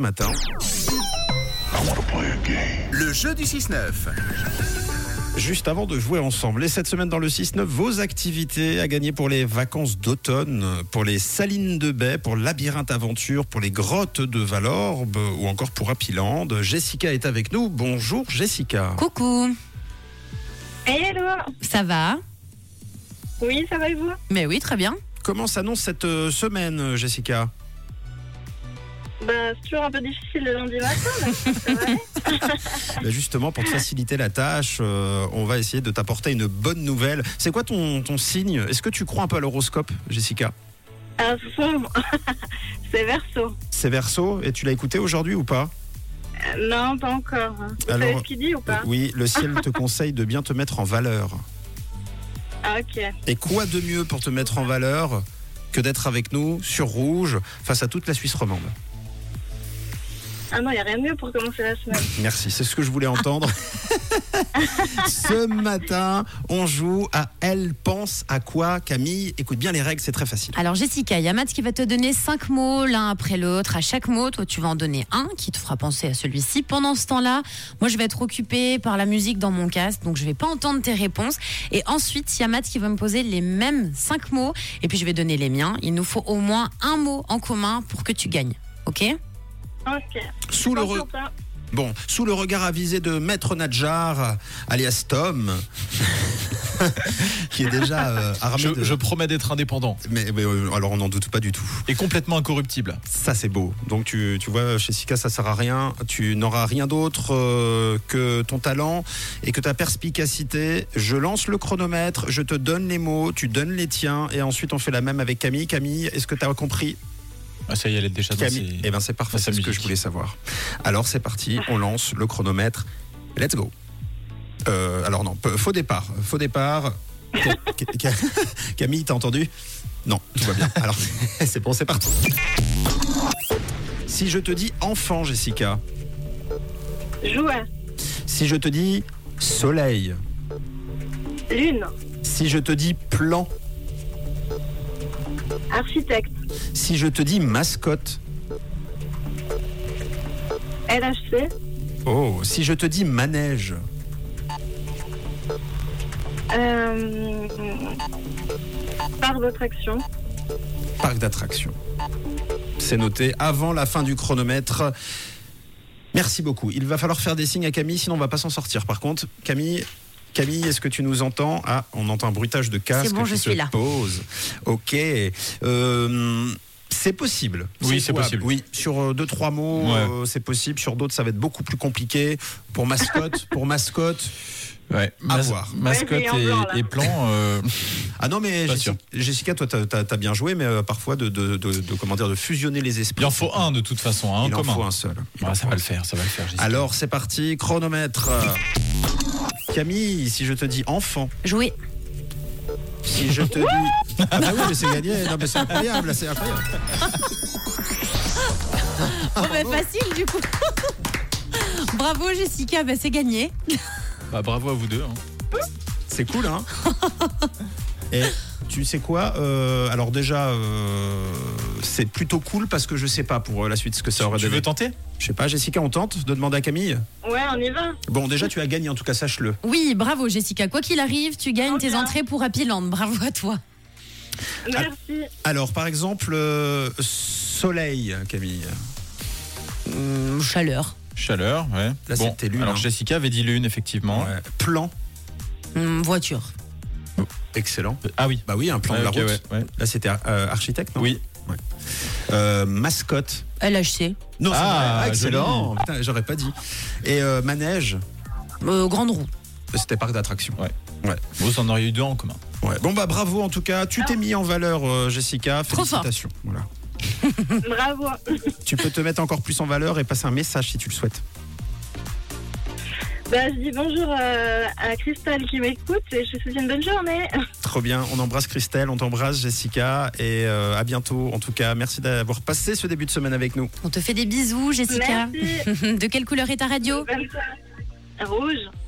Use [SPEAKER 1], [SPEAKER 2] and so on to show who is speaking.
[SPEAKER 1] matin.
[SPEAKER 2] Le jeu du 6-9.
[SPEAKER 1] Juste avant de jouer ensemble, et cette semaine dans le 6-9, vos activités à gagner pour les vacances d'automne, pour les salines de baie, pour labyrinthe aventure, pour les grottes de Valorbe ou encore pour Apilande. Jessica est avec nous. Bonjour Jessica.
[SPEAKER 3] Coucou,
[SPEAKER 4] Hello
[SPEAKER 3] ça va
[SPEAKER 4] Oui, ça va et vous
[SPEAKER 3] Mais oui, très bien.
[SPEAKER 1] Comment s'annonce cette euh, semaine, Jessica
[SPEAKER 4] Ben, c'est toujours un peu difficile le lundi matin, mais ça va. aller.
[SPEAKER 1] Bah, Justement, pour te faciliter la tâche, euh, on va essayer de t'apporter une bonne nouvelle. C'est quoi ton, ton signe Est-ce que tu crois un peu à l'horoscope, Jessica
[SPEAKER 4] À fond C'est verso.
[SPEAKER 1] C'est verso, et tu l'as écouté aujourd'hui ou pas
[SPEAKER 4] Euh, Non, pas encore. Vous
[SPEAKER 1] Alors, euh,
[SPEAKER 4] savez ce qu'il dit ou pas
[SPEAKER 1] Oui, le ciel te conseille de bien te mettre en valeur.
[SPEAKER 4] Ah, ok.
[SPEAKER 1] Et quoi de mieux pour te mettre en valeur que d'être avec nous sur Rouge face à toute la Suisse romande
[SPEAKER 4] Ah non, il n'y a rien de mieux pour commencer la semaine.
[SPEAKER 1] Merci, c'est ce que je voulais entendre. ce matin, on joue à Elle pense à quoi Camille, écoute bien les règles, c'est très facile.
[SPEAKER 3] Alors Jessica, il y a Matt qui va te donner cinq mots l'un après l'autre. À chaque mot, toi tu vas en donner un qui te fera penser à celui-ci. Pendant ce temps-là, moi je vais être occupée par la musique dans mon casque, donc je vais pas entendre tes réponses. Et ensuite, il y a Matt qui va me poser les mêmes cinq mots, et puis je vais donner les miens. Il nous faut au moins un mot en commun pour que tu gagnes. Ok
[SPEAKER 4] Ok.
[SPEAKER 1] Sous le, re-
[SPEAKER 4] Attention, hein. ça.
[SPEAKER 1] bon, sous le regard avisé de Maître Nadjar, alias Tom, qui est déjà euh, armé
[SPEAKER 5] Je,
[SPEAKER 1] de...
[SPEAKER 5] je promets d'être indépendant
[SPEAKER 1] Mais, mais, euh, alors on n'en doute pas du tout.
[SPEAKER 5] et complètement incorruptible.
[SPEAKER 1] Ça, c'est beau. Donc, tu, tu vois, chez Sika, ça sert à rien. Tu n'auras rien d'autre euh, que ton talent et que ta perspicacité. Je lance le chronomètre, je te donne les mots, tu donnes les tiens, et ensuite on fait la même avec Camille. Camille, est-ce que tu as compris
[SPEAKER 5] Ah, ça y est, elle est déjà dans
[SPEAKER 1] Camille,
[SPEAKER 5] ses-
[SPEAKER 1] eh ben c'est parfait,
[SPEAKER 5] dans sa
[SPEAKER 1] c'est ce que
[SPEAKER 5] musique.
[SPEAKER 1] je voulais savoir. Alors, c'est parti, on lance le chronomètre. Let's go. Euh, alors, non, peu- faux départ. Faux départ. Ca- Ca- Camille, t'as entendu Non, tout va bien. Alors, c'est bon, c'est parti. Si je te dis enfant, Jessica,
[SPEAKER 4] Joueur,
[SPEAKER 1] si je te dis soleil,
[SPEAKER 4] lune,
[SPEAKER 1] si je te dis plan,
[SPEAKER 4] architecte,
[SPEAKER 1] si je te dis mascotte,
[SPEAKER 4] LHC,
[SPEAKER 1] oh, si je te dis manège,
[SPEAKER 4] euh, par votre action.
[SPEAKER 1] parc d'attractions. C'est noté avant la fin du chronomètre. Merci beaucoup. Il va falloir faire des signes à Camille, sinon on va pas s'en sortir. Par contre, Camille, Camille, est-ce que tu nous entends Ah, on entend un bruitage de casque.
[SPEAKER 3] C'est bon,
[SPEAKER 1] qui
[SPEAKER 3] je
[SPEAKER 1] se
[SPEAKER 3] suis là.
[SPEAKER 1] Pause. Ok. Euh, c'est possible.
[SPEAKER 5] Oui, c'est
[SPEAKER 1] jouable.
[SPEAKER 5] possible.
[SPEAKER 1] Oui, sur euh, deux trois mots,
[SPEAKER 5] Ouais.
[SPEAKER 1] euh, c'est possible. Sur d'autres, ça va être beaucoup plus compliqué. Pour mascotte, pour mascotte.
[SPEAKER 5] Ouais,
[SPEAKER 1] eh, À
[SPEAKER 5] mas-
[SPEAKER 1] voir.
[SPEAKER 5] Mascotte
[SPEAKER 4] Ouais, mais en blanc, là.
[SPEAKER 5] et, et plan. euh,
[SPEAKER 1] Ah non, mais
[SPEAKER 5] Pas
[SPEAKER 1] Jessica,
[SPEAKER 5] sûr.
[SPEAKER 1] Jessica, toi, t'as- t'as as bien joué, mais euh, parfois de, de, de- de- comment dire, de fusionner les esprits.
[SPEAKER 5] il en faut un de toute façon, hein, un
[SPEAKER 1] Il en
[SPEAKER 5] commun.
[SPEAKER 1] faut un seul. Il
[SPEAKER 5] Ah,
[SPEAKER 1] en
[SPEAKER 5] ça
[SPEAKER 1] faut
[SPEAKER 5] va
[SPEAKER 1] un
[SPEAKER 5] le faire, ça va le faire. Jessica.
[SPEAKER 1] Alors c'est parti, chronomètre. Camille, si je te dis enfant,
[SPEAKER 3] Jouer.
[SPEAKER 1] si je te dis... Ah bah oui, mais c'est gagné, non mais c'est incroyable, c'est incroyable.
[SPEAKER 3] Oh, bah, facile du coup. Bravo Jessica, bah, c'est gagné.
[SPEAKER 5] Bah, bravo à vous deux. hein.
[SPEAKER 1] C'est cool, hein Et tu sais quoi euh, Alors déjà, euh, c'est plutôt cool parce que je sais pas pour euh, la suite ce que ça aurait
[SPEAKER 5] tu
[SPEAKER 1] donné.
[SPEAKER 5] veux tenter
[SPEAKER 1] Je sais pas, Jessica, on tente de demander à Camille
[SPEAKER 4] Ouais, on y va.
[SPEAKER 1] Bon, déjà tu as gagné, en tout cas, sache-le.
[SPEAKER 3] Oui, bravo Jessica. Quoi qu'il arrive, tu gagnes tes
[SPEAKER 4] Oh, Bien.
[SPEAKER 3] entrées pour Happy Land. Bravo à toi.
[SPEAKER 4] Ah. Merci.
[SPEAKER 1] Alors, par exemple, euh, soleil, Camille.
[SPEAKER 3] Hum, chaleur.
[SPEAKER 5] Chaleur, ouais.
[SPEAKER 1] Là,
[SPEAKER 5] Bon,
[SPEAKER 1] c'était lune,
[SPEAKER 5] Alors,
[SPEAKER 1] hein.
[SPEAKER 5] Jessica avait dit lune, effectivement.
[SPEAKER 1] Ouais. Plan,
[SPEAKER 3] Hum, voiture.
[SPEAKER 1] excellent.
[SPEAKER 5] Ah oui.
[SPEAKER 1] Bah oui, un plan
[SPEAKER 5] Ouais,
[SPEAKER 1] de la
[SPEAKER 5] ok,
[SPEAKER 1] route.
[SPEAKER 5] ouais, ouais.
[SPEAKER 1] Là, c'était euh, architecte, non
[SPEAKER 5] Oui.
[SPEAKER 1] Euh, mascotte.
[SPEAKER 3] LHC.
[SPEAKER 1] Non, c'est
[SPEAKER 5] Ah,
[SPEAKER 1] vrai. excellent.
[SPEAKER 5] joli.
[SPEAKER 1] Putain, j'aurais pas dit. Et euh, manège,
[SPEAKER 3] Euh, grande roue.
[SPEAKER 1] c'était parc d'attractions.
[SPEAKER 5] Vous en auriez eu deux en commun.
[SPEAKER 1] Ouais. Bon bah bravo en tout cas, tu t'es mis en valeur euh, Jessica,
[SPEAKER 3] Trop fort.
[SPEAKER 1] félicitations. Voilà.
[SPEAKER 4] Bravo.
[SPEAKER 1] Tu peux te mettre encore plus en valeur et passer un message si tu le souhaites.
[SPEAKER 4] Bah, je dis bonjour euh, à Christelle qui m'écoute et je vous souhaite une bonne journée.
[SPEAKER 1] Trop bien, on embrasse Christelle, on t'embrasse Jessica et euh, à bientôt en tout cas. Merci d'avoir passé ce début de semaine avec nous.
[SPEAKER 3] On te fait des bisous, Jessica.
[SPEAKER 4] Merci.
[SPEAKER 3] De quelle couleur est ta radio
[SPEAKER 4] Bonne soirée. Rouge.